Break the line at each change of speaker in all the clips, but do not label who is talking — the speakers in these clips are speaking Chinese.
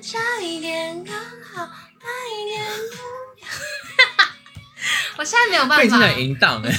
少一点刚好，慢一点不要。我现在没有办
被真
法
的，很淫荡哎、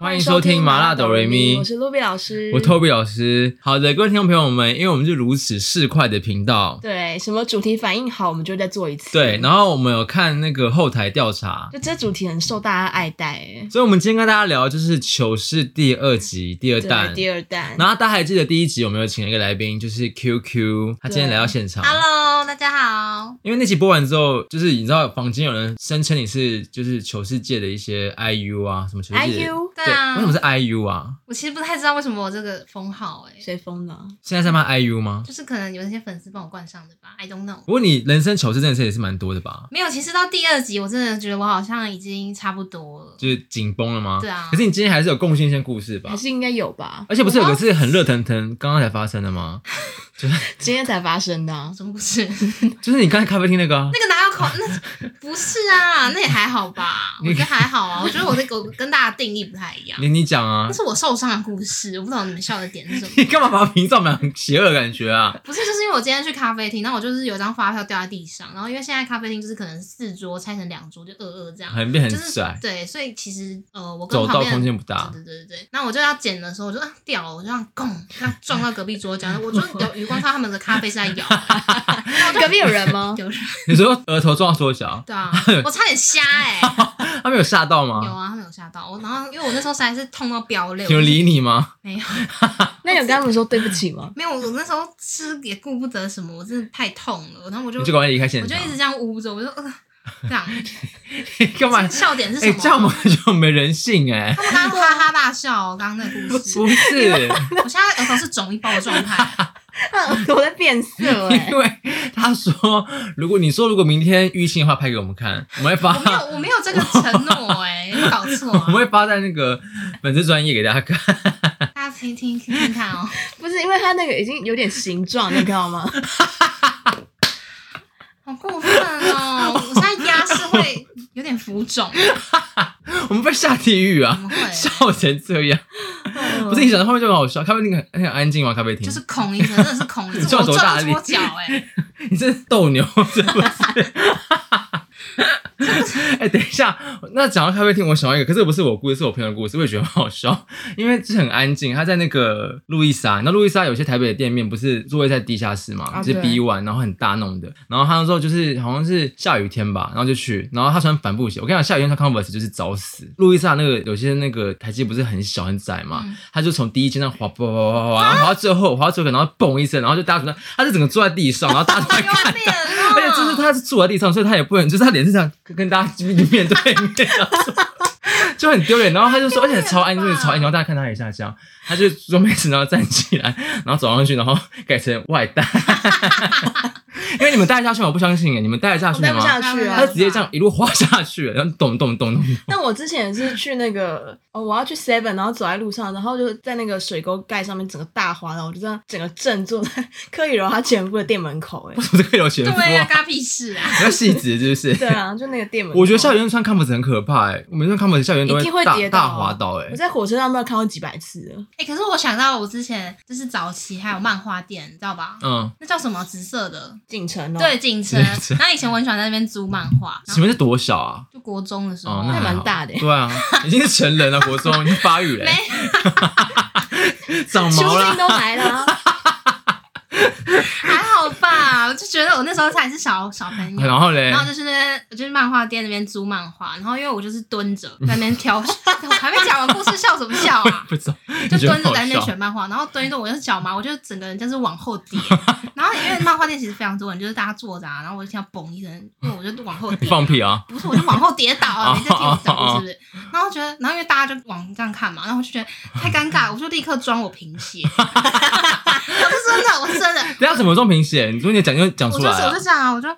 欢迎收听麻辣哆瑞咪，
我是露比老师，
我 Toby 老师。好的，各位听众朋友们，因为我们是如此市侩的频道，
对什么主题反应好，我们就再做一次。
对，然后我们有看那个后台调查，
就这主题很受大家爱戴欸，
所以我们今天跟大家聊的就是糗事第二集第二
对，
弹。
第二弹。
然后大家还记得第一集我们有请了一个来宾，就是 QQ，他今天来到现场。
Hello，大家好，
因为那集播完之后，就是你知道房间有人声称你是就是糗事界的一些 IU 啊，什么糗事界的
IU
对
对啊
为什么是 IU 啊？
我其实不太知道为什么我这个封号哎、
谁疯了？
现在在骂 IU 吗？
就是可能有那些粉丝帮我冠上的吧，I don't know。
不过你人生糗事真的是也是蛮多的吧？
没有，其实到第二集我真的觉得我好像已经差不多了。
就是紧绷了吗？
对啊
可是你今天还是有贡献一些故事吧
还？是应该有吧？
而且不是有个是很热腾腾，刚刚才发生的吗？
今天才发生的啊、
什么故事？
就是你刚才咖啡厅那个、啊，
那个哪有口？ 那不是啊，那也还好吧，我觉得还好啊。我觉得我的狗跟大家定义不太一样，
你你讲啊
那，是我受伤的故事，我不懂你们笑的点是什么。
你干嘛把它营造满很邪恶的感觉啊？
不是，就是因为我今天去咖啡厅，然后我就是有张发票掉在地上，然后因为现在咖啡厅就是可能四桌拆成两桌，就二二这样，
很变很
就是
窄，
对，所以其实呃，我跟
走
旁
道
边
空
的
间不大。
对对对对，那我就要捡的时候，我就啊掉了，我就这样拱，这样撞到隔壁桌角，我 就有余光看到他们的咖啡是在摇， 啊
隔壁有人吗？
有人
你说额头撞到桌角，
对啊，我差点瞎 哎、
他没有吓到
有
吗？
啊，他们有吓到我，然后因为我那时候实在是痛到飙泪，
有理你吗？
没有
那有跟他们说对不起 吗？
没有，我那时候吃也顾不得什么，我真的太痛了，然后我就
你就赶快离开现
我就
场
一。直这样捂着，我就呃这样，
你 干嘛？
笑点是什
哎，
么？
这样我们就没人性哎。
他们刚刚哈哈大笑、哦，刚刚那个故事，
不是，
我现在额头是肿一包的状态。
我在变色哎、
因为他说，如果你说如果明天淤青的话，拍给我们看，我们会
我没
发，
有，我没有这个承诺哎、你搞错、
我们
啊，
会发在那个粉丝专业给大家看。
大家听听听听看哦、
不是因为他那个已经有点形状，你知道吗？
好过分哦、我现在压是会有点浮肿，怎
我们被下地狱啊！
么 会、
笑成这样，不是你想到后面就很好笑。咖啡厅很很安静吗？咖啡厅
就是孔一声，真的是孔一
你
声，
撞
我
多大
撞
力
桌角哎、
你这是斗牛，是 不是？哎、等一下，那讲到咖啡厅，我想到一个，可是不是我故事，是我朋友的故事，我也觉得很好笑，因为就是很安静。他在那个路易莎，那路易莎有些台北的店面不是座位在地下室嘛，
啊
就是
对
B one，然后很大弄的。然后他那时候就是好像是下雨天吧，然后就去，然后他穿帆布鞋。我跟你讲，下雨天穿 Converse 就是找死。路易莎那个有些那个台阶不是很小很窄嘛，
嗯
他就从第一阶那滑滑滑滑滑，然后滑到最后，滑到最后，然后嘣一声，然后就大家他就整个坐在地上，然后大家都在
哎，
看
要
他。
脸了，
而且就是他是坐在地上，所以他也不能，就是他脸是这样跟跟大家面对面就很丢脸。然后他就说，而且超安静，超安静，然后大家看他一下这样，他就说没事，然后站起来，然后走上去，然后改成外带。 因为你们带下去吗，我不相信耶，你们带得下去
我待不
吗？
下去
他
啊
就！直接这样一路滑下去，然后咚咚咚咚 咚。
那我之前也是去那个，哦，我要去 Seven，然后走在路上，然后就在那个水沟盖上面整个大滑，然后我就这样整个正坐在 柯以柔她前夫的店门 口、哎，
我这个有前夫啊，
对啊，干屁事啊！
比较细致是不是？
对啊，就那个店门口。
我觉得校园穿 Converse 很可怕哎，我每次穿 Converse 校园都
一定会
大
跌倒啊
大滑倒哎
我。在火车上不知道看过几百次了，
哎、可是我想到我之前就是早期还有漫画店，你知道吧？
嗯，
那叫什么紫色的？
进城哦，
对，景城
紫色。
那以前我很喜欢在那边租漫画，然
请
后
问是多小啊？
就国中的时候
哦，
啊，
那
还
还
蛮
好
大的 耶
对啊，已经是成人了，国中已经发育了
没
欸， 长
球
毛
星
啦。
都来了 啊，
还好吧，我就觉得我那时候才是小小朋友。
然后嘞
然，后就是那边，我就是漫画店那边租漫画，然后因为我就是蹲着在那边挑， 我还没讲完故事，笑什么笑 啊？
不知道，
就
你觉得
蹲着
好
在那边
笑
选漫画，然后蹲一蹲，我就是脚麻，我就整个人就是往后 跌。然后因为漫画店其实非常多人，就是大家坐着啊，然后我就听到嘣一声，因为我就往后
你
跌，
放屁啊！
不是我就往后跌倒啊
哦
了，你在听我讲
哦哦
故事是不是？然后觉得，然后因为大家就往这样看嘛，然后我就觉得太尴尬，我就立刻装我贫 血。我是真的，我是真的，
等一下怎么装贫血？你说你讲就讲
我
出啊
就 是我
来啊
就！这样啊，我就。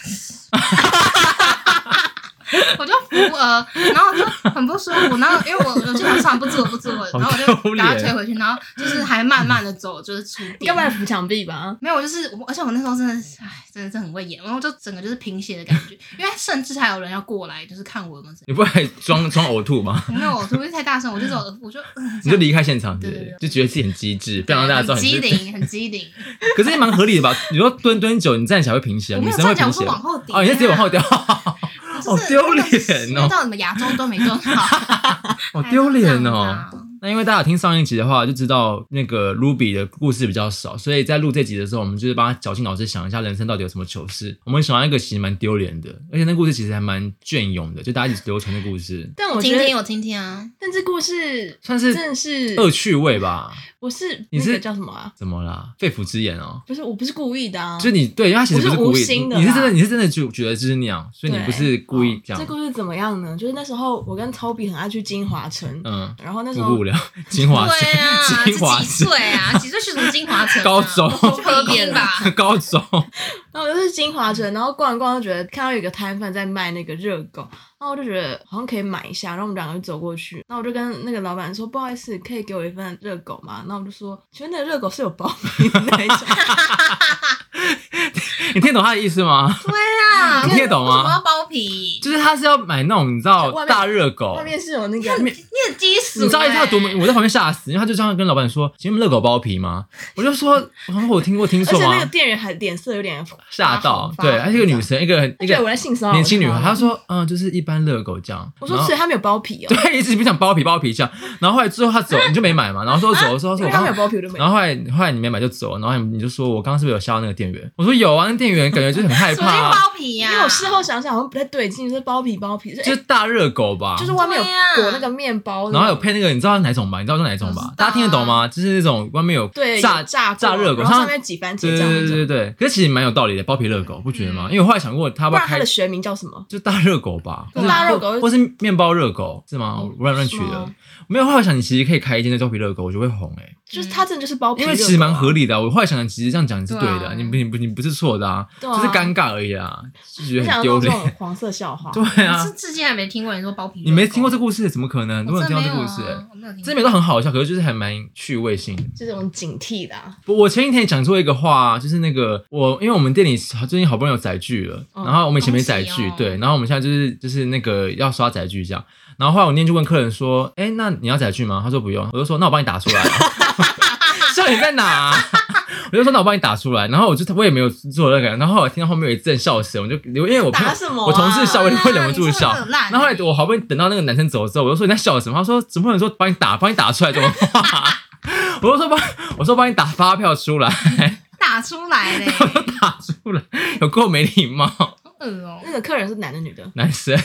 我就扶额，然后我就很不舒服，然后因为我我就想算了不自我不自我，然后我
好
就
丢脸
把他推回去，然后就是还慢慢的走，就是出
你
店
干。嘛扶墙壁吧？
没有，我就是我，而且我那时候真的是，哎，真的是很会演，然后就整个就是贫血的感觉，因为甚至还有人要过来，就是看我有没有怎
你不还装 装呕吐吗？
样。没有，我除非太大声，我就走，我就嗯，
你就离开现场，
对
对不
对
对
对？
就觉得自己很机智，不让大家知道
很
你
机
是。
灵，很机 灵。
可是也蛮合理的吧？你说蹲蹲久，你站起来会贫血，
我没
女
有
生会
站起来，我是
贫血。
往后跌、
哦，你是直接 往后，掉，
我
好
就是
丢脸哦
到什么亚洲蹲没蹲好，
好丢脸
还
哦
是这样。啊
那因为大家有听上一集的话，就知道那个 Ruby 的故事比较少，所以在录这集的时候，我们就是帮他绞尽脑汁想一下人生到底有什么糗事。我们想到一个其实蛮丢脸的，而且那故事其实还蛮隽永的，就大家一直流传的故事，
但我觉
听听，
得，
我听听啊。
但这故事
算是
真的是，
恶趣味吧？
我是
你
那
是
个叫什么啊？
怎么啦？肺腑之言哦。
不是，我不是故意的啊。
就你对，因为他其实
我
不
是
故
无
意，
心的
你你是真的，
啦
你是真的就觉得就是那样，所以你
对
不是故意
哦
这样。
这故事怎么样呢？就是那时候我跟 Toby 很爱去金华城，
嗯，
然后那时
不
候
无聊，精华
对啊，
精华
这几岁 啊？几岁去什么金华城、啊？
高中
去河边吧。
高中，
然后我就是金华城，然后逛一逛，就觉得看到有一个摊贩在卖那个热狗，然后我就觉得好像可以买一下，然后我们两个就走过去，然后我就跟那个老板说，不好意思，可以给我一份热狗吗？然后我就说，请问那个热狗是有包米的那一 种？
你听懂他的意思吗？
对啊，
你听得懂吗
为什么要包皮？
就是他是要买那种你知道
外面
大热狗
外，面是有那个
你很基础、欸，
你知道一下多么？我在旁边吓死，因为他就这样跟老板说：“请问热狗包皮吗？”我就说：“我说我听过听
而
说
且那个
吗
店员还脸色有点，？”
吓到，
发红
对，还是一个女生，一个一
对我
个
在性骚扰
年轻女孩，
她
她说：“嗯，就是一般热狗这样。”
我说
然后
所以他没有包皮哦，
对，一啊直不想包皮包皮这样。然后后来之后他走，你就没买嘛。然后之后走的时候，他说
因为
我
他
刚
没有。包皮我就没有
然。后后来后来你没买就走，然后你就说我刚刚是不是有吓到那个店员？我说有啊，那店员感觉就是很 害
什
怕、
么叫
啊，
包皮呀、
因为我事后想想好像不太对劲，就是包皮包皮，就
就是是大热狗吧，
就是外面有
对啊
裹那个面包的，
然后有配那个，你知道哪种吧？你知道是哪种
我知道
吧
啊？
大家听得懂吗？就是那种外面有
对
炸
有炸过
炸热狗，
然后
像
上面挤番
对
茄
对
酱那
对
种
对。对，可是其实蛮有道理的，包皮热狗不觉得吗？
嗯
因为我后来想过，他要
不
不要
然它
开
的学名叫什么？
就大热狗吧，
对大热狗
或或是面包热狗是吗？
嗯
我乱乱取
是
的
吗，
没有。后来想，你其实可以开一间叫包皮热狗，我觉得会红哎，
就是它真的就是包皮
因
热狗啊，
为其实蛮合理的啊。我后来想，其实这样讲你是对的啊，
对啊
你不你不你不是错的啊，
对
就
啊
是尴尬而已啊，就觉
我
得很
想
丢
到这
脸。
种黄色笑话。
对啊
是，至今还没听过你说包皮，
你没听过这故事，怎么可能？如
我
果
真
听
的
到
没
这
有啊，
故事，
我没有听
这
过。
边都很好笑，可是就是还蛮趣味性的。
这种警惕 的、啊，
不，我前几天讲错一个话啊，就是那个我，因为我们店里最近好不容易有载具了，
嗯
然后我们以前没载具，
恭喜哦
对，然后我们现在就是就是那个要刷载具这样，然后后来我那天就问客人说，哎、那你要载具吗？他说不用，我就说那我帮你打出来、啊， 笑点在哪啊、我就说那我帮你打出来，然后我就我也没有做那个，然后后来听到后面有一阵笑声，我就因为我朋友
打什么啊
我同事笑，我就会忍不住
对啊
笑
哦你真的。很烂
然后后来我好不容易等到那个男生走了之后，我就说你在笑什么？他说怎么有人说帮你打，帮你打出来这种话 啊？我就说帮，我说帮你打发票出来，
打出来 嘞，
打出来，有够没礼貌，
好恶哦、
那个客人是男的女的？
男生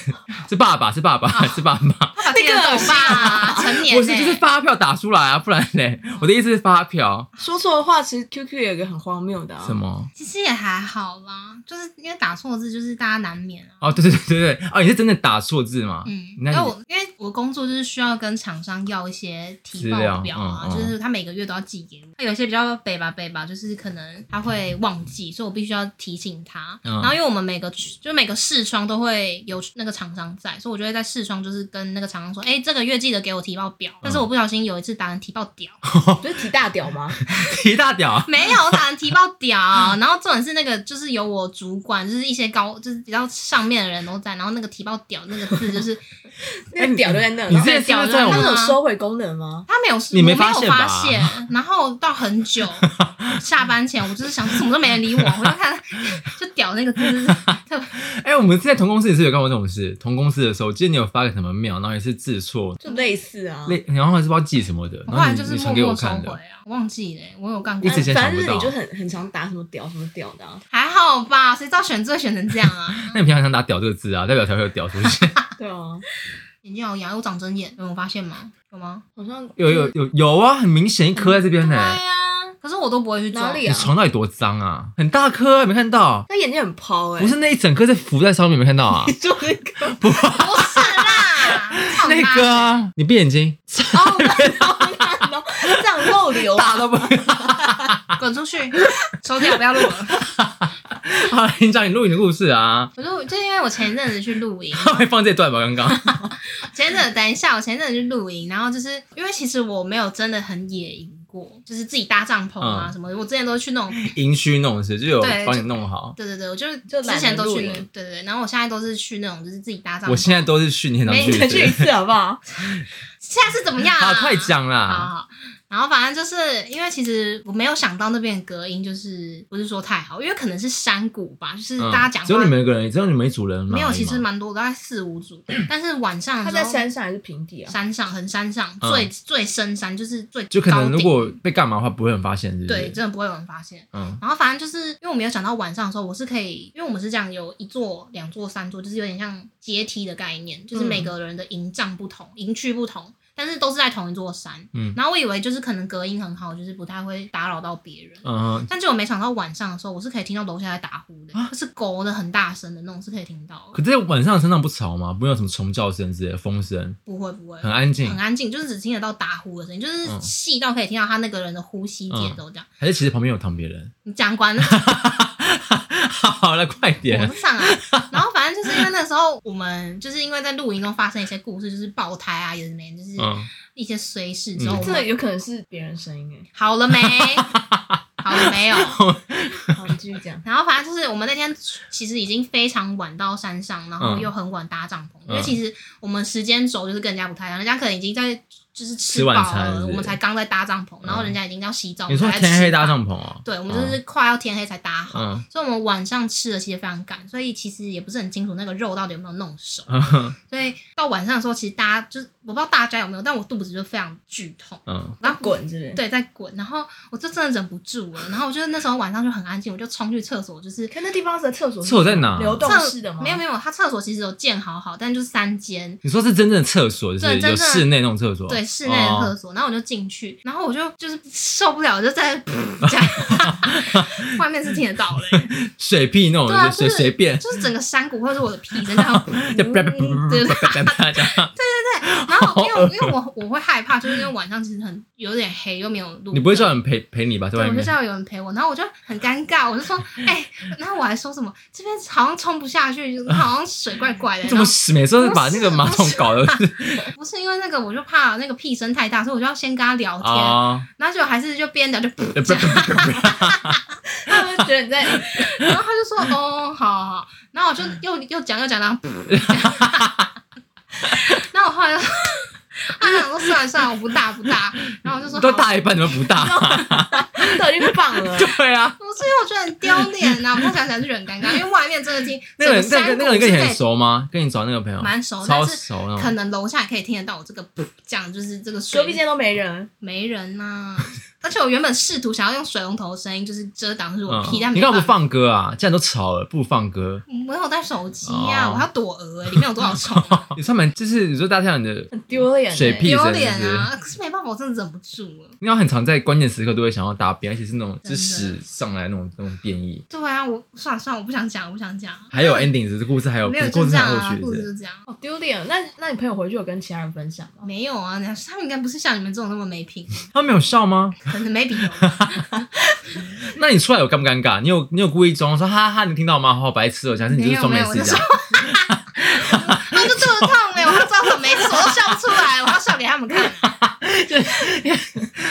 是爸爸，是爸爸，
啊
是爸爸。
他把这个懂吧？啊成年
不
嘞、
是，就是发票打出来啊，不然嘞，我的意思是发票
说错的话，其实 QQ 也有一个很荒谬
哦
的、啊，
什？么？
其实也还好啦，就是因为打错字，就是大家难免啊。
哦，对对对对对，哦，你是真的打错字吗？
嗯，因
那
为
你
我因为我工作就是需要跟厂商要一些提
资
报
料
表啊，
嗯嗯
就是他每个月都要寄给我。他有一些比较北吧北吧，就是可能他会忘记，所以我必须要提醒他。
嗯
然后因为我们每个区就每个视窗都会有那个厂商在，所以我就会在视窗就是跟那个厂商说，哎、这个月记得给我提报表。
嗯
但是我不小心有一次打成提报表，
就是提大屌吗？
提大屌，啊
没有，我打人提报 屌，然后重点是那个就是有我主管，就是一些高就是比较上面的人都在，然后那个提报屌那个字就是
那个屌就在 那，
哎你
然后
这是不是在我
他
们
们有
吗
收回功能吗？
他没有，
你没
我没
发
有
现
发
吧
现，然后到很 久下班前，我就是想怎么都没人理我，我就看就屌那个字，特
哎、我们之前同公司也是有干过这种事。同公司的时候，我记得你有发给什么庙，然后也是字错，
就类似啊，
类，然后还是不知道记什么的，
我
然
后来
后
就
你
是默
你传给我
默收
看
回
的。
啊，忘记了，我有干过
一，直以前
反
想
正
不
就是你就
到。
很很常打什么屌什么屌的、啊，
还好吧，谁知道选字会选成这样啊？
那你平常想打“屌”这个字啊，代表才会有“屌”出现。
对啊，
眼睛好痒，有长针眼，有发现吗？有吗？
好像
有有有有啊，很明显一颗在这边呢、
呀、啊可是我都不会去做，
哪里
你
啊？
床到底多脏啊？很大颗，没看到？
他眼睛很抛哎、
不是那一整颗是浮在上面，没看到啊？
就那个，
不是啦， 操你妈
那个啊，你闭眼睛，
哦，我看到我看到这样漏流啊，
大到不
滚出去，收掉，不要录了。
好，你讲你录影的故事啊，
我就就因为我前一阵子去露营，
会放这段吧？刚刚
前一阵子等一下，我前一阵子去露营，然后就是因为其实我没有真的很野营过，就是自己搭帐篷啊
嗯
什么的。我之前都去那 种，
营区弄的事，就有
对
帮你弄好。
对对对，我就是
就
之
懒得
前都
露
去，
营
对对对。然后我现在都是去那种就是自己搭帐篷。
我现在都是去年当
没
去
你再
的
去一
是不是，
次好不好？
现在是怎么样
好
啊？
快讲
好好
啦！
好。然后反正就是因为其实我没有想到那边的隔音就是不是说太好，因为可能是山谷吧，就是
嗯
大家讲
只有
话
你们一个人，只有你们一组人吗？
没有，其实
而已吗
蛮多，大概四五 组。但是晚上的
他
时
在
候
山上还是平地啊？
山上很山上
嗯
最最深山就是最
就可
高
能如
顶
果被干嘛的话，不会很发现，是不
对
是？
真的不会有人发现。
嗯，
然后反正就是因为我没有想到晚上的时候，我是可以，因为我们是这样有一座、两座、三座，就是有点像阶梯的概念，就是
嗯
每个人的营帐不同、营区不同，但是都是在同一座山。
嗯
然后我以为就是可能隔音很好，就是不太会打扰到别人。
嗯，
但结果没想到晚上的时候，我是可以听到楼下在打呼的，就是狗的很大声的那种，是可以听到的。
啊可是晚上身上不吵吗？不会有什么虫叫声之类的风声，
不会不会，
很安静
很。安静，就是只听得到打呼的声音，就是
嗯
细到可以听到他那个人的呼吸节奏这样。
还是其实旁边有躺别人？
你讲完了，
好了，快
我
点
不！ 上啊。然后反正就是因为那时候我们就是因为在露营中发生一些故事，就是爆胎啊，也是没，就是
嗯，
一些衰事之后，
嗯
我
这
们
有可能是别人声音欸
好 了没？好了没有？
哎。好，你继续讲。
然后反正就是我们那天其实已经非常晚到山上，然后
嗯
又很晚搭帐篷，因为
嗯
其实我们时间轴就是更加不太一样，人家可能已经在就是吃
吃
饱
晚餐
了，
是不是
我们才刚在搭篷，篷，然后
嗯
人家已经要洗澡，
你说
我们才
天黑
吃饭
搭帐篷哦？
对，我们就是快要天黑才搭好，
嗯
所以我们晚上吃的其实非常赶，所以其实也不是很清楚那个肉到底有没有弄熟。
嗯
所以到晚上的时候，其实大家就是我不知道大家有没有，但我肚子就非常剧痛，
嗯，
然
那
后
滚是不是？。
对，在滚，然后我就真的忍不住了，然后我就那时候晚上就很安静，我就冲去厕所，就是
可那地方的厕所是
厕所在哪啊
流动
厕
式的吗？
没有没有，他厕所其实有建好好，但就是三间，
你说是真正的厕所，就是
对真
有
正的
室内那种厕所？
对，室内的厕
哦
所，然后我就进去，然后我就就是受不了，我就在这样， 外面是听得到嘞、
水屁那种，
对啊
就随
就是
随便。
就是整个山谷或者我的屁在那
就啪啪啪啪
对
啪啪啪啪这样
然后因为因为 我我会害怕，就是因为晚上其实很有点黑，又没有路灯，
你不会叫人陪陪你吧？在
对，
外
我就
面
知，道有人陪我，然后我就很尴 尬，我就说，哎、然后我还说什么这边好像冲不下去， 好像水怪怪的，
怎
然
么
后
死每次都是把那个马桶搞得
不是因为那个，我就怕那个屁声太大，所以我就要先跟他聊天，
啊？
然后就还是就边聊就
不不不不不
他们觉得你 在
然后他就说：“ 哦，好好。”然后我就又又讲又讲，然后然后我后来就 他想说：“算了算了，我不大不大。”然后我就说：“
都
好
大一半，怎么不 大？
都已经放了，
对啊，
不是因为我觉得很丢脸啊呐、我现在想起来就觉得很尴尬，因为外面真的听
那个人
整
那个
山
那个
谷
人跟
是
你
可以
很熟吗？跟你找那个朋友
蛮熟，
超
但是
熟那
可
种，
能楼下也可以听得到我 这个这样，就是这个
隔壁
水
间都没人，
没人呐、而且我原本试图想要用水龙头的声音就是遮挡住我屁，但
嗯你
没
干
办
嘛不
法。
放歌啊？既然都吵了，不如放歌。
我有带手机呀、
哦
我还要躲鹅、里面有多少虫、啊？
你上面就是你说大太阳的，
很丢脸欸。
水 屁
丢
声
脸
是不是
啊！可是没办法，我真的忍不住了。
因为我很常在关键时刻都会想要答辩，而且是那种
真的
知识上来那种那种变异。
对啊，我算了算了，我不想讲，我不想讲。
还有 ending 只是故事，还有
没有
故
就
事
这
还
样
有
啊，
后续
故事
是
就这样。
好丢脸哦。那那你朋友回去有跟其他人分享吗？
没有啊，他们应该不是像你们这种那么没品，
他没有笑吗？
可能 maybe 有吧。
那你出来有尴不尴尬？你有你有故意装说哈哈哈，你听到吗？好白痴哦，假设你就是装
没
没
有没有
事这样。
我就肚子痛哎，我要装很没事，我都笑不出来，我要笑给他们看。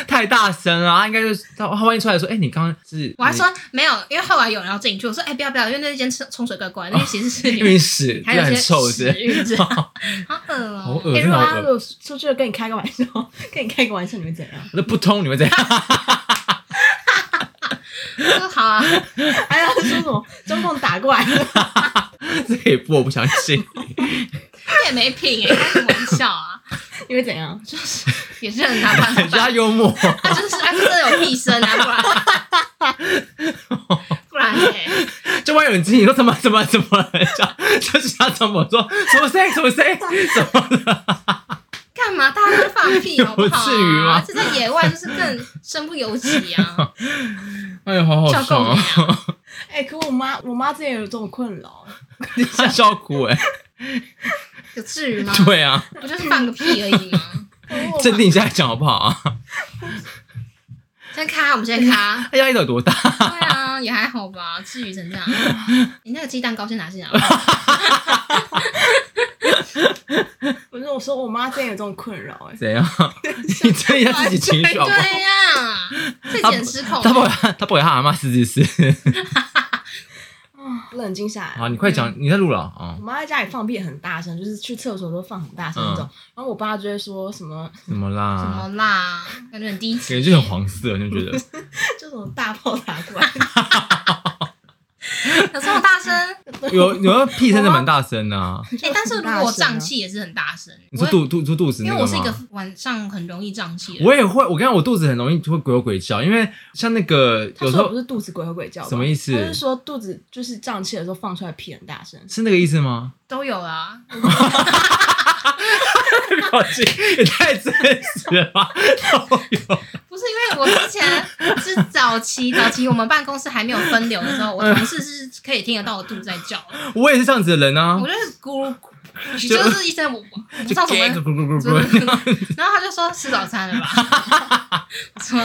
太大声啊了，他应该就是他他万一出来说，哎、你刚刚 是，
我还说没有，因为后来有人要进去，我说哎不要不要，因为那间冲冲水怪怪，那间其实是
哦因为屎，
还
因为
有一
很
些
臭
屎
是不是，哦
运这样好恶哦，
好恶
哎，
心，
如果
好
他如
恶。
果出去了跟你开个玩笑，跟你开个玩笑，你会怎样？
那不通你会怎样？
我说好啊，
哎呀，说什么中共打过来了？
这可以播，我不相信。
这也没品哎，开什么玩笑啊，
你会怎样？
也是很难办
人
法
家。幽默，
他就是他真的有替身啊，不 然不然、欸、
就万有人你说怎么怎么怎么了？ 这样就是他怎么说什么谁什么谁怎么了？
干嘛大家都放屁好好、啊？
有至于吗
这在野外就是更身不由己 啊，
哎呦，好好
笑够
爽
了、
哦！
啊。
哎，可我妈，我妈之前有这种困扰，
他笑哭哎、
啊有至于吗？
对啊，
不就是放个屁而已吗？
我
镇定一下来讲好不好啊？
先咔，我们先咔。
他压力到底有多大？
对啊，啊，也还好吧，至于成 这样。你那个鸡蛋糕先拿去拿。
不是，我说我妈之前有这种困扰哎、
怎样？你这样 自己情绪好不好？
对呀、这
他
简直口。
他不会，他不会他阿妈是不是？
啊冷静下来。
好，你快
嗯
讲，你在录了啊
我？妈在家里放屁很大声，就是去厕所都放很大声那种。
嗯
然后我爸就会说什么，
怎么
什么
啦？
啦？感觉很低级。
感觉就很黄色，就觉得
就什么大炮打过来，
有这么大声？哎、
有有的屁声的蛮大声的啊。
但是如果我胀
胀，
气也是很大声。
你说
我
肚肚说肚子
因
那
为我是一个
吗？
晚上很容易胀气的人。
我也会，我跟你讲，我肚子很容易就会鬼吼鬼叫，因为像那个
他
有时
说我不
候
是肚子鬼吼鬼叫吧，
什么意思
他是说肚子就是胀气的时候放出来屁很大声，
是那个意思吗？
都有啊啦，
表情也太真实了吧！ 都有
不是因为我之前是早期，早期我们办公室还没有分流的时候，我同事是可以听得到我肚子在叫的，
我也是这样子的人啊
我，就是咕噜咕噜，就是一声我我不知道怎么，
咕 咕咕咕
就是
咕，
然后他就说吃早餐了吧， 我说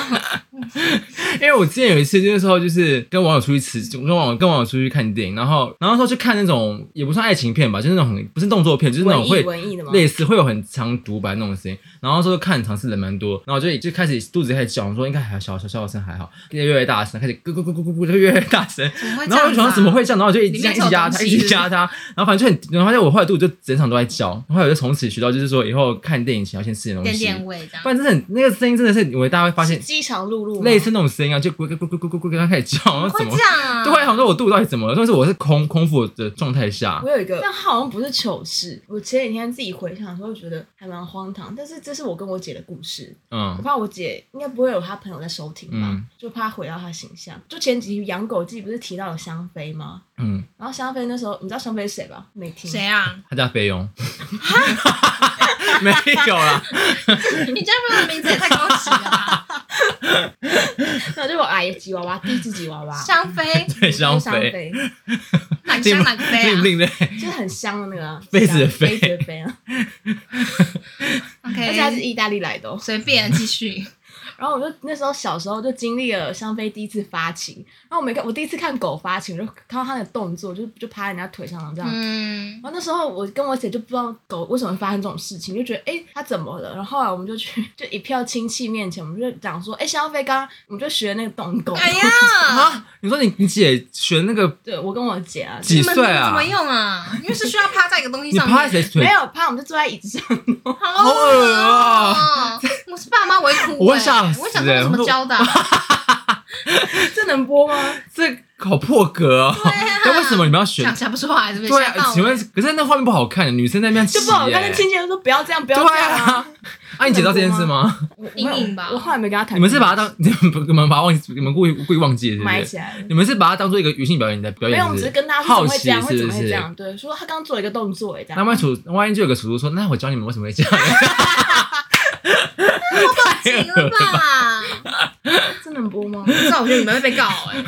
因为我之前有一次，那时候就是跟网友出去吃，跟网友跟网友出去看电影，然后然后说去看那种也不算爱情片吧，就是那种很不是动作片，就是那种
文艺
会
文艺的吗？
类似会有很长独白那种声音，然后说看尝试人蛮多，然后我就就开始肚子开始叫，我说应该还好，小小小小声还好，越来越大声，开始咕咕咕咕咕咕就越来越大声，
怎么会这
然后
样
我就
子、
想
啊？
说怎么？会这样，然后我就一直
里
这
面
样一直压
是
他，
有东
一
西
直压他，然后反正就很，然后发现我后来肚子就整场都在叫，然后来我就从此学到就是说以后看电影前要先吃点东
垫
西，
垫胃这样
不，然真的很那个声音真的是，以为大家会发现
是饥肠辘辘吗，
类似那种声音啊，就咕咕咕咕咕咕咕咕，刚开始叫，然后
会
怎么
这？样啊？
对，我想说我肚子到底怎么了？但是我是空空腹的状态下
我，有一个，但好像不是糗事。我前几天自己回想的时候，觉得还蛮荒唐。但是这是我跟我姐的故事，我
嗯，
怕我姐应该不会有她朋友在收听吧，
嗯
就怕毁掉她形象。就前几集养狗记不是提到了香妃吗？
嗯，
然后香妃那时候，你知道香妃是谁吧？没听。
谁啊？
他叫菲佣， 没有啦，
你这样说的名字也太高级了 吧？
那就是我阿姨吉娃娃，第一只吉娃娃，
香妃，
对，香
香
妃，
妃，
哪个香哪个妃
另
啊
另类，
就是很香的那个啊
妃子的妃
妃子的妃 啊，而且还是
？OK，
意大利来的、哦。
随便继续。
然后我就那时候小时候就经历了香妃第一次发情，然后我没看，我第一次看狗发情，我就看到它的动作，就就趴在人家腿上然后这
啊
样。
嗯，
然后那时候我跟我姐就不知道狗为什么会发生这种事情，就觉得哎它怎么了？然后后来我们就去 就一票亲戚面前，我们就讲说哎香妃刚刚我们就学那个动狗，
哎呀，
啊，你说你你姐学那个
对我跟我姐啊，
几岁
怎
啊
么？用啊？因为是需要趴在一个东西
你
上
趴在
面，
谁腿
没？有怕我们就坐在椅子上，
好
恶
哦！我是爸妈为苦欸，
啊我会吓死
我想说
欸
我怎么教的啊？
这能播吗？
这好破格哦！
啊
那为什么你们要学？
想想不出来，是不是？
对
吓到
啊，
我
请问，可是那画面不好看，女生在那边
就不好看，那亲戚就说不要这样，不要这
对
样
啊。啊，你姐知道这件事 吗？
我
阴影吧
我后来没跟他谈。
你们是把它当，你们不你们把它忘记，你们故意故意忘记，是不
埋
是？
起来了？
你们是把它当做一个娱乐性表演在表
没
演？
有，我们只是跟他说
好
怎么会这
奇，
样，会
是
怎
不
么会这
是？
样？对，说他刚刚做了一个动作，哎，这
那
样。
万一楚，万一就有个叔叔说，那我教你们为什么会这样，
行了 吧？
这能播吗？
不知道，我觉得你们会被告
欸
哎。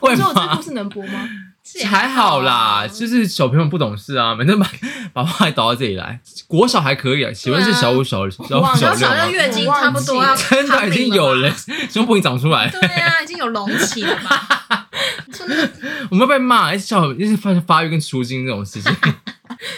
会
你 说我这
吗嗯
故？事能播吗？
是也
还好啦，
啊
就是小朋友不懂事啊，反正把把话题导到这里来。国小还可以啊，请问是
对啊
小五、小小
我忘
五、
了
然
小
后小
六吗
六？月经
我忘记
差不多要
啊真的已经有 了
吧，
胸部已经长出来，
对啊，已经有隆起了吧？ 你说那个
我们会被骂，而且小就是发发育跟出经这种事情。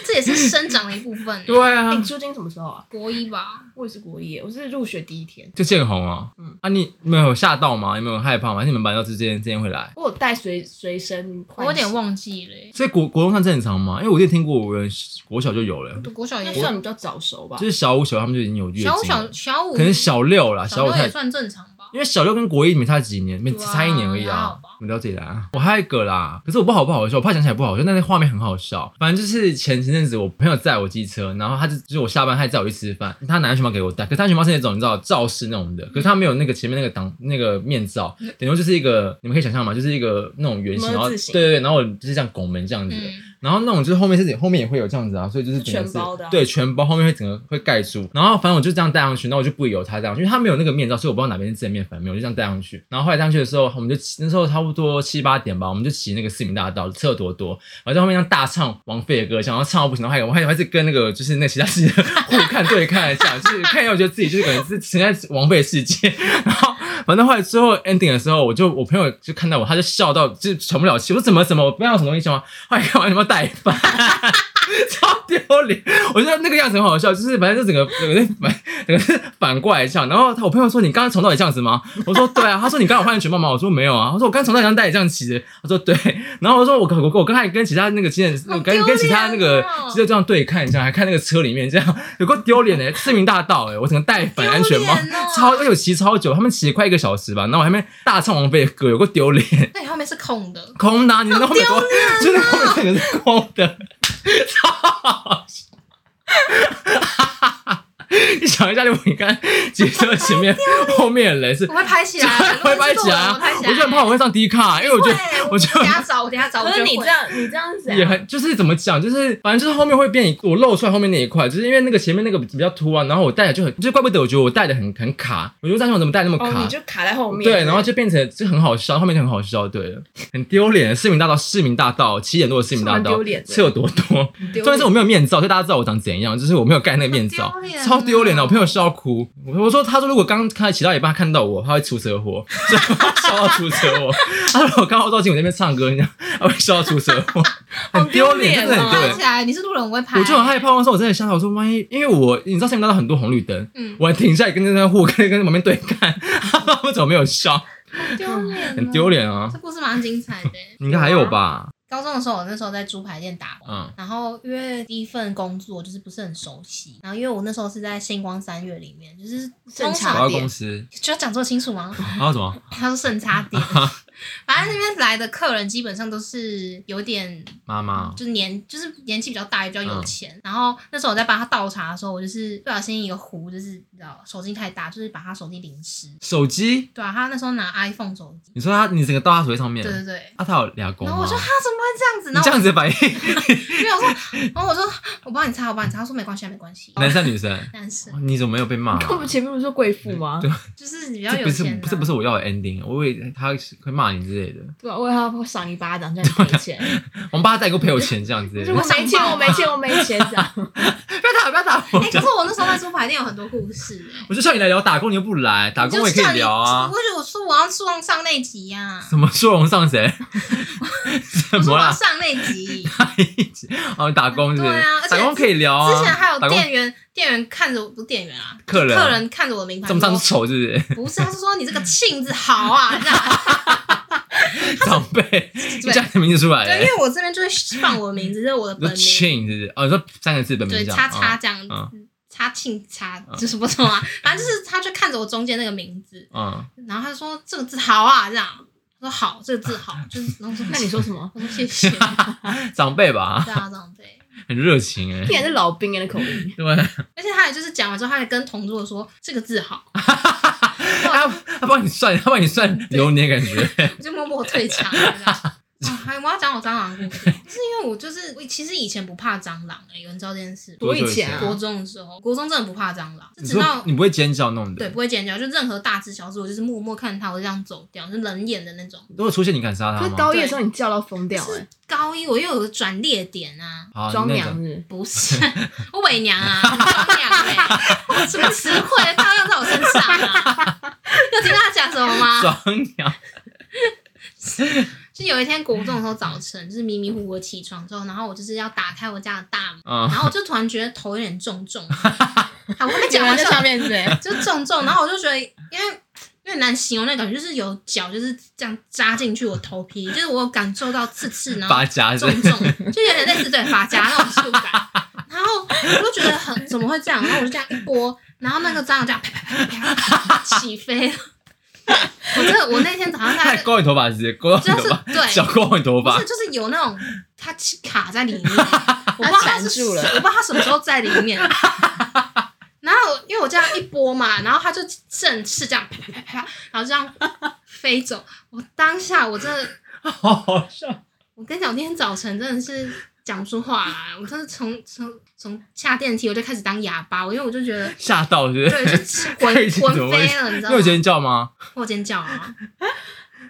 这也是生长的一部分欸。
对
哎，
啊
你，出京什么时候啊？
国一吧，
我也是国一，我是入学第一天，
就建宏啊，
嗯
啊你你们有吓到吗？你们有害怕吗？还是你们班到之间之间会来？
我有带随随身
我
换洗，
有点忘记了欸。
所以国国中算正常吗？因为我就听过我有人国小就有了，
读国小
应该
也
算比较早熟吧
就。是小五小六他们就已经有月经
小五
了
小，小五
可能小六啦，小
小
五
六
太
也算正常吧。
因为小六跟国一没差几年，没
对啊
差一年而已
还好
啊
吧。
我了解啦、我还有一个啦，可是我不好不好笑，我怕讲起来不好笑，但是画面很好笑。反正就是前前阵子我朋友载我机车，然后他就就是我下班他还载我去吃饭，他拿安全帽给我戴，可是他安全帽是那种你知道罩式那
嗯
种的，可是他没有那个前面那个挡那个面罩，等于就是一个你们可以想象吗？就是一个那种圆形，
么
然后
字
对
形
对对，然后我就是这样拱门这样子的。
嗯，
然后那种就是后面是后面也会有这样子啊，所以就是整个
是全包的啊
对，全包后面会整个会盖住。然后反正我就这样戴上去，那我就不由他这样，因为他没有那个面罩，所以我不知道哪边是正面反面，我就这样戴上去。然后后来戴上去的时候，我们就骑那时候差不多七八点吧，我们就骑那个市民大道，车有多多，然后在后面这样大唱王菲的歌，想要唱到不行，然后还有我还我还是跟那个就是那其他世 界 互看对看一下，就是看一下，我觉得自己就是可能是沉在王菲的世界，然后。反正后来最后 ending 的时候，我就我朋友就看到我，他就笑到就喘不了气。我说怎么怎么，我不要什么东西笑吗？后来看完什么带饭， 超丢脸。我觉得那个样子很好笑，就是反正就整个整个反整个是反过来笑。然后他我朋友说你刚刚从到底这样子吗？我说对啊。他说你刚刚有换全帽吗？我说没有啊。他说我刚从到底带这样骑的。他说对。然后我说我我我刚才跟其他那个经纪
好
人，跟跟其他那
丢
个
脸哦
就这样对看一下，还看那个车里面这样，有够丢脸的，市民大道哎、我整个戴反安全帽
丢脸哦，
超而且我骑超久，他们骑了快一个小时吧，然后我还没大唱王菲的歌，有够丢脸，
那你后面是空的，
空的啊、你们在后面多，就是后面整个是空的，超好笑。你想一下，就你看骑车前面后面的人是
我会拍起来，
我会拍起来啊
我拍起，来，
我就很怕我会上 D 卡，因为我觉得
会
我觉得
等下找，我等下找，
可是
我
你
就会
这样，你这样子啊
也很就是怎么讲，就是反正就是后面会变一我露出来后面那一块，就是因为那个前面那个比较凸啊，然后我戴的就很，就怪不得我觉得我戴的很很卡，我就在想我怎么戴那么
哦，
卡。
你就卡在后面，
对，然后就变成就很好笑，后面就很好笑，对，很丢脸。市民大道，市民大道，七点多的市民大
是蛮
道
丢脸，的
是有多多？
丢脸
重点是我没有面罩，所以大家知道我长怎样，就是我没有盖那个面罩
好丢，脸哦
超丢脸的。我朋友笑哭，我我说他说如果刚开始骑到一半他看到我，他会出车祸， 所以他笑到出车祸。他说我刚好到景我那边唱歌，你知道他会笑到出车祸，很丢脸，真的很丢
拍
脸
起。来，你是路人，我会拍，
我就很害怕，那时候我真的吓到，我说万一，因为我你知道下面大道很多红绿灯，
嗯
我还停下来跟那个互跟跟旁边对看，他们怎么没有笑？
很丢脸啊，
很丢脸啊
这！故事蛮精彩的。欸
你应该还有吧？
高中的时候，我那时候在猪排店打工，
嗯
然后因为第一份工作就是不是很熟悉，然后因为我那时候是在星光三月里面，就是
正
通
广
常打
常
告
点
公司，
就要讲做清楚吗？
还有什么
他说剩差点， 反正那边来的客人基本上都是有点
妈妈？哦
就是年就是年纪比较大，也比较有钱。
嗯
然后那时候我在帮他倒茶的时候，我就是不小心一个壶，就是你知道手机太大，就是把他手机淋湿。
手机？
对啊，他那时候拿 iPhone 手机，
你说他，你整个倒他手机上面
对，对对。
啊，他有俩公
然后
吗
我说他怎么会这样子？
你
然后
这
我
样子的反应，
没有我说， 然后我说我帮你擦，我帮你擦。他说没关系啊，没关系。
男生女生？
男生
哇你怎么没有被 骂啊？
看我们前面不是说贵妇吗？
对
就是比较
这
有
不是
钱、啊，
不是不是我要的 ending，我以为他会骂你之类的。
对啊，我以为他会赏你巴掌，叫你赔钱。
啊我们爸再给我赔我钱这样子，
就
不
是我没钱，我没钱，我没钱这样。
要 打不要打
哎、可
我。
是我那时候在猪排店有很多故事、哎
我就叫你来聊打工，你又不来，打工我也可以聊啊
我。就我说我要上上那集 呀、
什么说龙上 谁？
我
什
说
么
我要
啦？
上那集。
哦，打工是不是
对啊而且
打工可以聊啊。
之前还有
打工
店员，店员看着我不是店员啊，
客人啊
客人看着我的名牌，
这么上
说
是丑是不是？
不是，他是说你这个庆字好 啊，这
哎
样。
长辈，你 叫你的名字出 来
对，
了
因。为我这边就会放我的名字，这是我的
你
本
说
名，
庆是不是？哦，你说三个字本名
对，
这样
叉叉
啊
这样
嗯
子，叉庆叉就是不什么啊，反正就是他就看着我中间那个名字，
嗯，
然后他就说这个字好啊，这样。我说好，这个字好，就是然后我说
那你，说什 么？
我说谢谢，
长辈吧，
大家长辈。
很热情哎、
听起来是老兵的口音。
对，
而且他也就是讲完之后，他还跟同桌说这个字好，
他他帮你算，他帮你算流年 感觉，
我就默默退场了这样。啊，还我要讲我蟑螂的故事，就是因为我就是我其实以前不怕蟑螂哎、有人知道这件事吗？
多以前啊
国中的时候，国中真的不怕蟑螂，就
你
直
说
到
你不会尖叫弄
对
的，
不会尖叫，就任何大只小只，我就是默默看它，我就这样走掉，就冷眼的那种。
如果出现你敢杀他
可是
吗？
高一的时候你叫到疯掉
是
哎，
高一我又有个转列点啊，
好，
装
你那
娘
种
日。
不是 我伪娘啊，装娘哎、什么词汇套用在我身上啊？ 有听到他讲什么 吗？
装娘，
就有一天国中的时候早晨，就是迷迷糊糊地起床之后，然后我就是要打开我家的大门，
嗯
然，后我就突然觉得头有点重重的。好，我还没讲
讲完
完
在
就
上面是不是？
就重重，然后我就觉得，因为因为难形容那感觉，就是有脚就是这样扎进去我头皮，就是我有感受到刺刺，然后
发夹子
重，重，就有点类似对发夹那种触感。然后我就觉得很怎么会这样？然后我就这样一拨，然后那个蟑螂这样啪啪啪啪啪起飞了。我真的，我那天早上
太
在
勾你头发是不是勾你
就是
头发，
对
小勾你头
不
发
是，，就是有那种它卡在里面，我不知道它
缠
是
住了
我不知道它什么时候在里面。然后因为我这样一拨嘛，然后它就正是这样啪啪啪啪，然后这样飞走。我当下我真的，
好好笑，
我跟你讲，我那天早晨真的是讲不出话来，我真的从从从下电梯我就开始当哑巴，我因为我就觉得。
吓到是不
对，
是？
就魂
太激动
魂飞了，你知
你
道
有
吗？
尖叫吗？
我尖叫啊！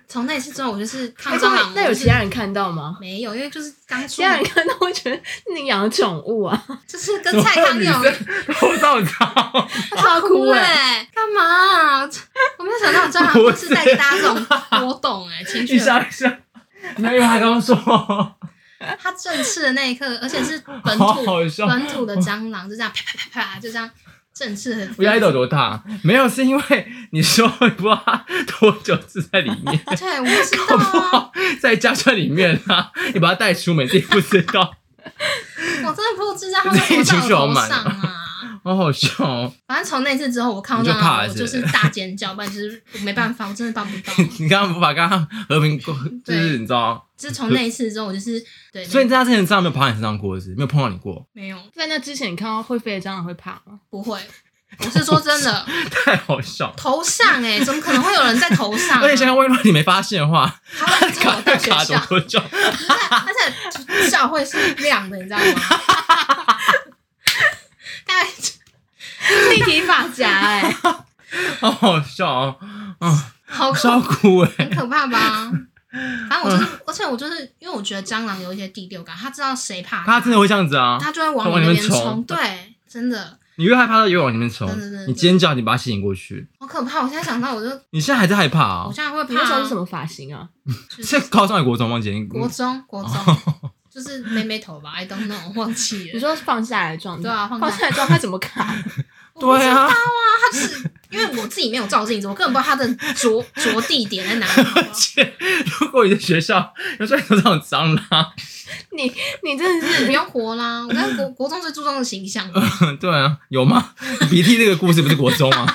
从那次之后，我就是抗
那
蟑螂。
那有其
他
他人看到吗？
没有？因为就是刚出
其他人看到会觉得你养了宠物啊，
就是跟蔡康 永
我 照照，
超
哭
酷哎！
哎、干嘛啊、我没有想到蟑螂
不
会
是
是带给大家这种波动哎、情
一
绪很。
下一下。没有，他刚刚说，好
它正式的那一刻，而且是本土
好笑。
本土的蟑螂，就这样啪啪啪啪，就这样正式的。
我压力到底有多大？没有，是因为你说不知道他多久是在里面，
对，我不知
好不
道啊，
好？在家在里面啊，你把他带出门，自己不知道，
我真的不知道它会
自己情
跑
绪
到
好
我头
满
上啊。
好好笑哦！
反正从那次之后，我看到
你就
蟑
怕
螂，
了
我
是
就
不是
是大尖叫，不然就是我没办法，我真的办不到。
你刚刚不把刚刚和平过，就是
对
你知道，
就是从那一次之后，我就是对，
所以在他之前上没有爬你身上过，是不是没有碰到你过，
没有
在那之前，你看到会飞的蟑螂会怕吗？
不会。我是说真的，
太好笑了。
头上哎、怎么可能会有人在头上、啊？
而且想想，万一如果你没发现的话，
他会从我
卡
到哦学
卡
校，
多久？
而且校会是亮的，你知道吗？ 大概
立体发夹哎，
好好笑哦，
欸好哦
笑哭哎！
很可怕吧？反正我就是，
嗯
而且我就是因为我觉得蟑螂有一些第六感，它知道谁怕
他真的会这样子啊，
它就会往
它往
你
里
那
面
边冲。
冲
对，真的
你越害怕，他越往里面冲
对对对对。
你尖叫，你把他吸引过去。
好可怕！我现在想到，我就
你现在还在害怕啊
我？现在会
你
怕啊。
那时候是什么发型啊？
是高中还是国中忘记？
国中，国中、
嗯
就是妹妹头吧？I don't know，忘记
你
了。
说放下来的状态，
对啊放下
放下来的状态怎么卡？
对啊，
啊，它是因为我自己没有照镜子，我根本不知道它的着着地点在哪里好不 好。
切如果你的学校有出现这种蟑螂，
你你真的是
不要活啦！我在国国中最注重的形象，
对啊，有吗？ 鼻涕这个故事不是国中吗？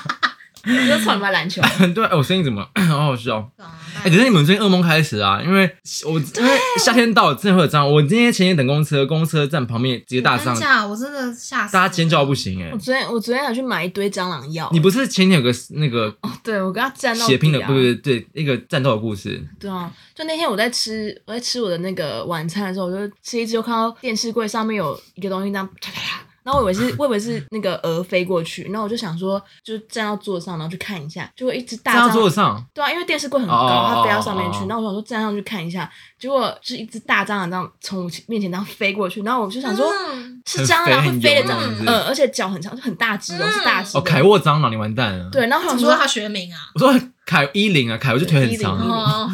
你就穿吧篮球，
对啊，哎我声音怎 么好好笑？ 哎、
哎
可是你们最近噩梦开始啊，因为我因为夏天到了，真的会有蟑螂。我今天前天等公车，公车站旁边几个大蟑螂，
架，我真的吓死！
大家尖叫到不行哎、
我昨天我昨天想去买一堆蟑螂药，
你不是前天有个那个
对我跟他站哦到
血拼的，
底啊
对对对，对一个战斗的故事，
对啊，就那天我在吃我在吃我的那个晚餐的时候，我就吃一只，就看到电视柜上面有一个东西这样啪啪啪，然后我以为是我以为是那个蛾飞过去，然后我就想说就站到桌上，然后去看一下，结果一只
站
大
到桌
蟑
子上，
对啊，因为电视柜很高，
哦
它飞到上面
哦
去
哦，
然后我想说站上去看一下，结果就是一只大蟑螂这样从我面前这样飞过去，然后我就想说。
嗯
是蟑螂会
很肥
飞
很油
的蟑
这样
螂，
子
嗯，而且脚很长，就很大只哦，
嗯
是大只的。
哦，凯沃蟑螂，你完蛋了。，
对，然后
怎
我
么说
想
他
说，
学名啊？
我说凯伊林啊，凯我就腿很
伊林
长，
哦，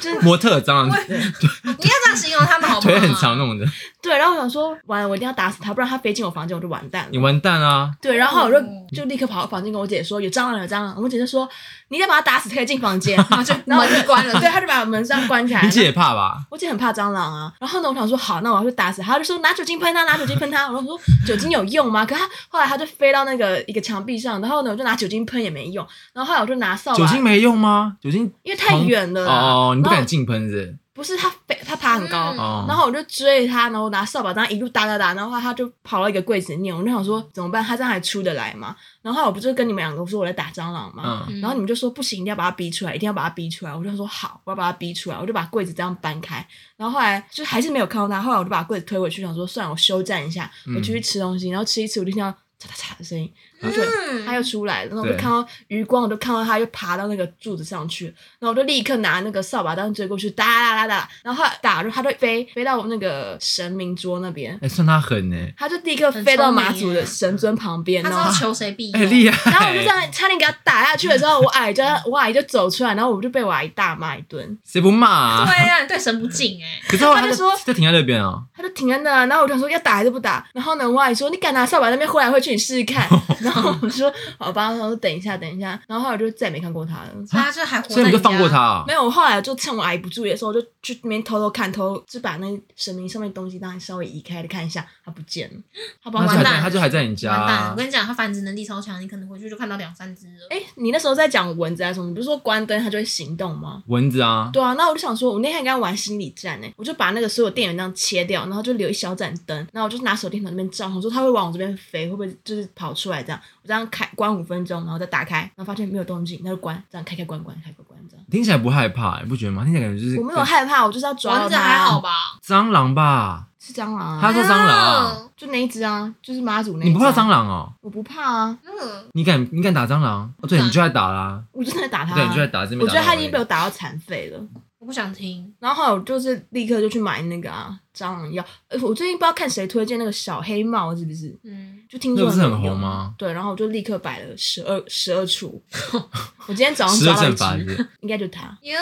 就是
模特儿蟑螂
你要这样形容他们好不好？
腿很长那种的，
对，然后我想说，完了，我一定要打死它，不然它飞进我房间我就完蛋
你
了。
完蛋啊！
对，然后我就
哦
就立刻跑到房间跟我姐说有蟑螂有蟑螂，我姐就说你一定要把它打死才可以进房间，
然 后就
然后我
门
就
就关了，
对，她就把门这样关起来
你。姐也怕吧？
我姐很怕蟑螂啊，然后呢，我想说好，那我要去打死它，她就说拿酒精喷它，拿酒精喷它。我就说酒精有用吗？可她后来她就飞到那个一个墙壁上，然后呢，我就拿酒精喷也没用，然后后来我就拿扫把，
酒精没用吗？酒精
因为太远了啦
哦哦，你不
啊然
敢
后
近喷是不是？
不是它飞，它爬很高，
嗯
哦，
然后我就追它，然后我拿扫把这样一路打打打，然后它就跑到一个柜子里面，我就想说怎么办，它这样还出得来吗？然后后来我不是跟你们两个说我在打蟑螂吗？
嗯，
嗯
然后你们就说不行，一定要把它逼出来，一定要把它逼出来。我就说好，我要把它逼出来，我就把柜子这样搬开。然后后来就还是没有看到它，后来我就把柜子推回去，想说算了，我休战一下，我继续吃东西。然后吃一吃，我就听到嚓嚓嚓的声音，我就觉得
嗯，
它又出来了，然后我
对
就看到余光，我就看到它又爬到那个柱子上去，然后我就立刻拿那个扫把当追过去，哒哒哒哒，然后它打着它就飞飞到我那个神明桌那边，
哎，算他狠呢，
它就立刻
很
飞到
聪明
马祖
耶
的神尊旁边，
他
然
知道
后。
求谁必
哎，
用，
厉害！
然后我就这样差点给它打下去的时候，我矮就我矮就走出来，然后我就被我矮大骂一顿，
谁不骂啊？
对啊，你对神不敬哎，
可是后来
他
他
就说
就停在那边啊，
他就停在那，然后我就想说要打还是不打，然后呢我矮说你敢拿扫把在那边挥来挥去，你试试看，然后我说好吧，然后说等一下等一下，然后后来我就再也没看过他了。
他就还活在
啊所以
人
你就
家
放过他，啊
没？有，我后来就趁我挨不住的时候，我就去那边偷偷看，偷就把那神明上面东西当然稍微移开的看一下，它不见了，它不知
他
道
就还
哪
完
里
蛋
在他就还在你家
完蛋！
啊
我，跟你讲，他繁殖能力超强，你可能回去就看到两三只了。
哎、你那时候在讲蚊子啊什么？你不是说关灯它就会行动吗？
蚊子啊，
对啊，那我就想说，我那天跟他玩心理战呢、我就把那个所有电源这样切掉，然后就留一小盏灯，然后我就拿手电筒那边照，我说它会往我这边飞，会不会就是跑出来这样？我这样开关五分钟，然后再打开，然后发现没有动静，那就关，这样开开关关开开关这样。
听起欸来不害怕，你不觉得吗？听起来感觉就是
我没有害怕，我就是要抓
蚊
到
子
它。
还好吧？
蟑螂吧？
是蟑螂
他
啊，
说蟑螂啊
就那一只啊，就是妈祖那一只、
你不怕蟑？螂哦？
我不怕啊，
嗯，
你敢你敢打蟑螂？哦，对，
敢
你就在打啦，
我真的打它、
对，你就在打这边。
啊我觉得它已经被我打到残废了。
我不想听。
然后后来我就是立刻就去买那个啊蟑螂药。呃我最近不知道看谁推荐那个小黑帽，是不是？
嗯，
就听说
那不是很
有
红吗？
对，然后我就立刻摆了十二十二处。 我今天早上
十二
抓到
正
一
法是不
只，
是，
应该就是它。
耶，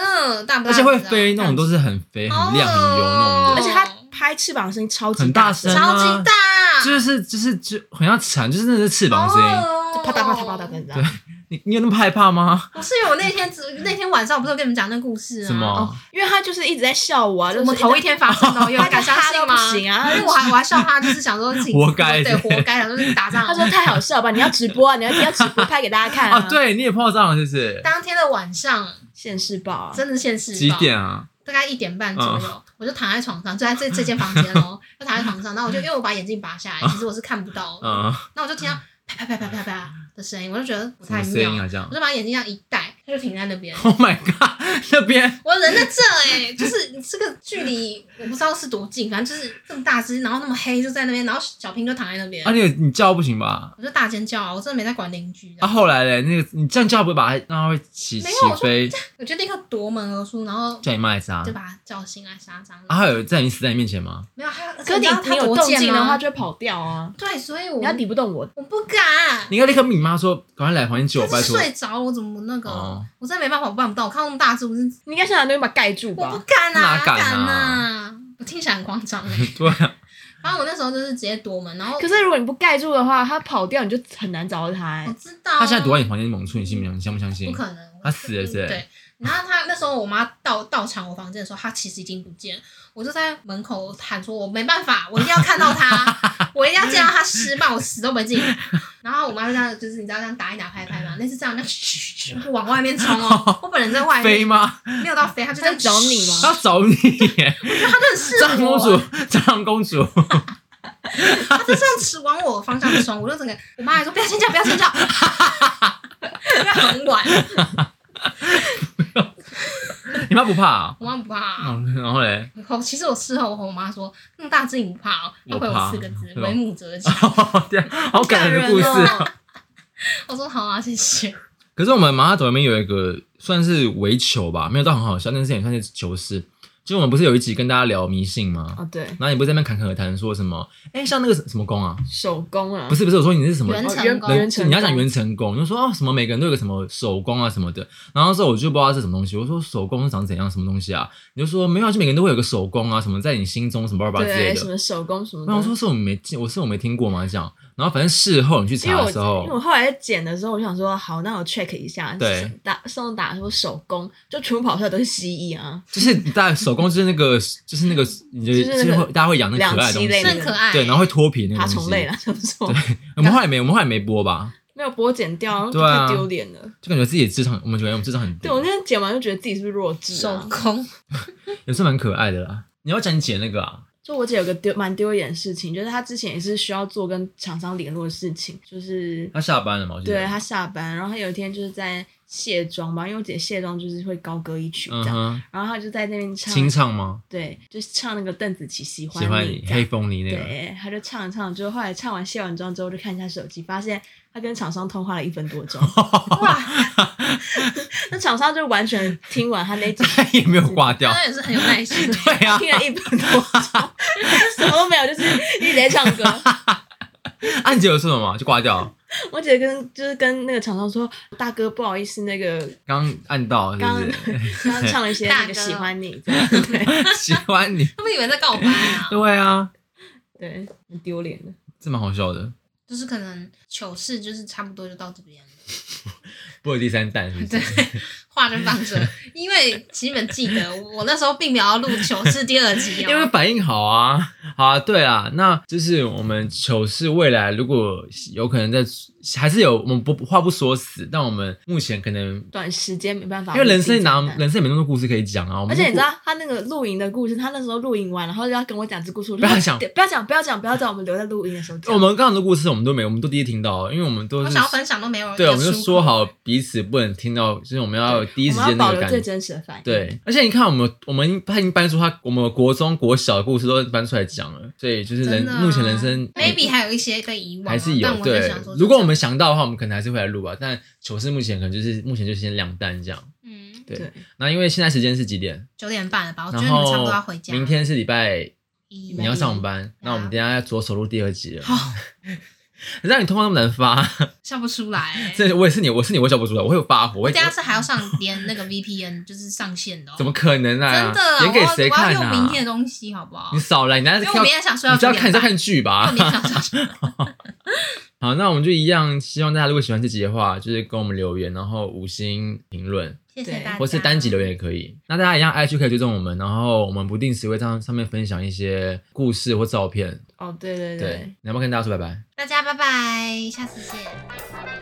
大不大
而且会
只啊
飞那种都是很肥、很亮、很油那
哦
而
种
且它拍翅膀的声音超级
很大声
超级大，
的，就是就是就很像蝉，就是那是翅膀的声音。
哦
就啪嗒啪嗒啪嗒的，你知道
对
吗？
你你有那么害怕吗？
不是我那天只那天晚上，我不是有跟你们讲那故事啊？
什么？
哦，因为它就是一直在笑我啊，就
我
是
们头一天发生的，有
他
敢相信吗？
不行啊！
因为我还我还笑他，就是想说自己
活该
对，活该，想说自己打仗。
他说太好笑吧，你要直播啊，你要你要直 播拍给大家看
啊，，对，你也碰到蟑螂是不是？
当天的晚上
现世报啊，
真的现实，
几？点嗯啊？
大概一点半左右，我就躺在床上，就在这这间房间哦，就躺在床上，然后我就因为我把眼镜拔下来，其实我是看不到的，
嗯，
那我就听到啪啪啪啪啪啪的声音，我就觉得不
什么
太
声音
妙，
啊？这样
我就把眼镜这样一戴，它就停在那边。
？Oh my god！那 边
我人在这哎、 就是你这个距离我不知道是多近，反正就是这么大只，然后那么黑就在那边，然后小平就躺在那边，
啊，你有你叫不行吧？
我就大尖叫啊！我真的没在管邻居的，
啊，后来嘞，那个你这样叫不会把它让它会起起
没有
飞，
我就立刻夺门而出，然后
叫你骂一下
就。把他叫醒来杀蟑
啊，
螂。
还啊有在你死在你面前吗？
没有，他
可是你
他
你有
多
动
贱
静的
吗
话就会跑掉啊，
对，所以我
你要抵不动我。
我不敢。
你应该立刻跟你妈说，赶快来房间接我，
他
拜
是
托。
睡着，我怎么那个？
哦
我真的没办法，我办不到。我看到那么大只，我真的
你应该先把东西把它盖住
我不
吧。
敢啊，
哪
哪
敢啊
啊？我听起来很夸张 欸。
对啊，
反正我那时候就是直接夺门，然后
可是如果你不盖住的话，它跑掉你就很难找到它
我
欸。
知道啊
他现在躲在你房间猛出，你信不信？你相不相
不
信？
可能，
他死了是不 是
对。然后他那时候我妈到到场我房间的时候，他其实已经不见了，我就在门口喊说：“我没办法，我一定要看到他，我一定要见到他 尸斑，我死都不会进。”然后我妈就这样，就是你知道这样打一打拍一拍嘛，那是这样，那嘘就往外面冲 哦。我本人在外
飞
面，
吗？
没有到飞，他就在
他找你吗
他要找 你耶！
他认识
蟑螂公
我，
主， 蟑螂公主，
他就这样直往我方向冲，我就整个，我妈还说：“不要尖叫，不要尖叫， 不要很晚。”
你妈不怕啊？
我妈不怕啊、
嗯然后嘞，
我哦其实我事后我和我妈说，那么大只你不怕哦？她
我
回
怕
我四个字
是：吗
为母则强。
天啊好感人的故
好感人
事。啊
哦
我说好啊，谢谢。
可是我们麻辣岛里面有一个算是围球吧，没有到很好笑，但是也算是球事。就我们不是有一集跟大家聊迷信吗？
哦，对，
然后你不是在那边侃侃而谈说什么？哎、像那个什么宫啊？
手工啊，
不
是
是不是，我说你是什么？
原
哦
成
原
功
原成
你要讲
功
元成功，就说哦什么每个人都有个什么手工啊什么的，然后那时候我就不知道是什么东西，我说手工是长怎样什么东西啊？你就说没有啊，就每个人都会有个手工啊什么，在你心中什么巴拉巴拉之类
对什
的。
么手工什么
然后我说
的。
是我没见，我是我没听过嘛这样。然后反正事后你去
因为
查
我
的时候
因为，我后来在剪的时候，我想说好，那我 check 一下，
对，
打上打说手工，就全部跑出来都是蜥蜴啊，
就是大家手工就是那个就是那个，你就
就是那个
是会大家会养那个可爱的
两
东
栖类
西
的，
很可爱。
对，然后会脱皮那
爬
个东
虫
西。呃
类啦， 差不多，
我们后来没，我们后来没播吧，
没有播剪掉，
对啊
太丢脸了。
就感觉自己的智商，我们觉得我们智商很低
对，我那天剪完就觉得自己是不是弱智
手
啊？
工，
也是蛮可爱的啦。你要讲你姐那个啊，
就我姐有个丢蛮丢脸的事情，就是她之前也是需要做跟厂商联络的事情，就是
她下班了嘛？我记得
对她下班，然后她有一天就是在卸妆吧，因为我姐卸妆就是会高歌一曲这
嗯
样，
哼，
然后她就在那边唱，
清唱吗？
对，就唱那个邓紫棋《喜
喜欢
你
你》
这
黑
样。
风铃那个，
对，她就唱一唱，之后后来唱完卸完妆之后，就看一下手机，发现她跟厂商通话了一分多钟，
哇，
那厂商就完全听完她 那一集，
她 也没有挂掉
大。家也是很有耐心的。
对啊，
听了一分多钟， 什么都没有，就是一直在唱歌。
啊，你姐有说什么吗？就挂掉，
我姐跟就是跟那个厂商说，大哥不好意思，那个
刚按到是不
刚
是？
刚刚唱了一些那个喜欢你，这样对
喜欢你，
他们以为在告白啊，
对啊，
对，很丢脸的。
这蛮好笑的。
就是可能糗事就是差不多就到这边了。
播了第三弹是不
对
是？，
话就放这，因为其实你们记得我那时候并没有要录糗事第二集、哦，
因为反应好啊，好啊，对啊，那就是我们糗事未来如果有可能在，还是有我们不话不说死，但我们目前可能
短时间没办法，
因为人生拿
我们自己承担
人生也没那么多故事可以讲啊，我们
而且你知
如果
道他那个露营的故事，他那时候露营完，然后要跟我讲这故事，我就
不要
说
讲
对不要讲，不要讲，不要讲，我们留在露营的时候讲。
我们刚刚的故事我们都没，我们都第一次听到，因为我们都
我
是
想要分享都没有人
对，我们就
出口
说好彼此不能听到，就是我们要有第一时
我们
间
要
那
保
个
留
感
最
觉。
真实的反应。，
对，而且你看我，们我们他已经搬出他我们国中、国小的故事都搬出来讲了，所以就是人、
真的啊
目前人生
maybe 还有一些被遗忘啊，
还是
但
有
我在
对
想说。
如果我们想到的话，我们可能还是会来录吧。但糗事目前可能就是目前就先两单这样。
嗯
对
对，
那因为现在时间是几点？
九点半了吧，我觉得
然
哦你们差不
后
多要回家。
明天是礼拜
一啊
你要上班，那我们等一下要着手录第二集了。
好，
让你通话那么难发，
笑不出来。
这我也是你，我是你，我也笑不出来，我会有发火，我
我
会
等下是还要上连那个 VPN，就是 上线的哦。
怎么可能啊？
真的啊？
演给谁
我
看
要我要用明天
啊？
的东西，好不好
你？少来，你那
因
是
为我
看，
明
你
天想说要
知道
九
看
点
你在
半，
看剧
我
吧
明？天想说要
好，那我们就一样，希望大家如果喜欢这集的话，就是跟我们留言，然后五星评论，
谢谢大家，
或是单集留言也可以。那大家一样 IG 可以追踪我们，然后我们不定时会上上面分享一些故事或照片。
哦，对对
对，你要不要跟大家说拜拜？
大家拜拜，下次见。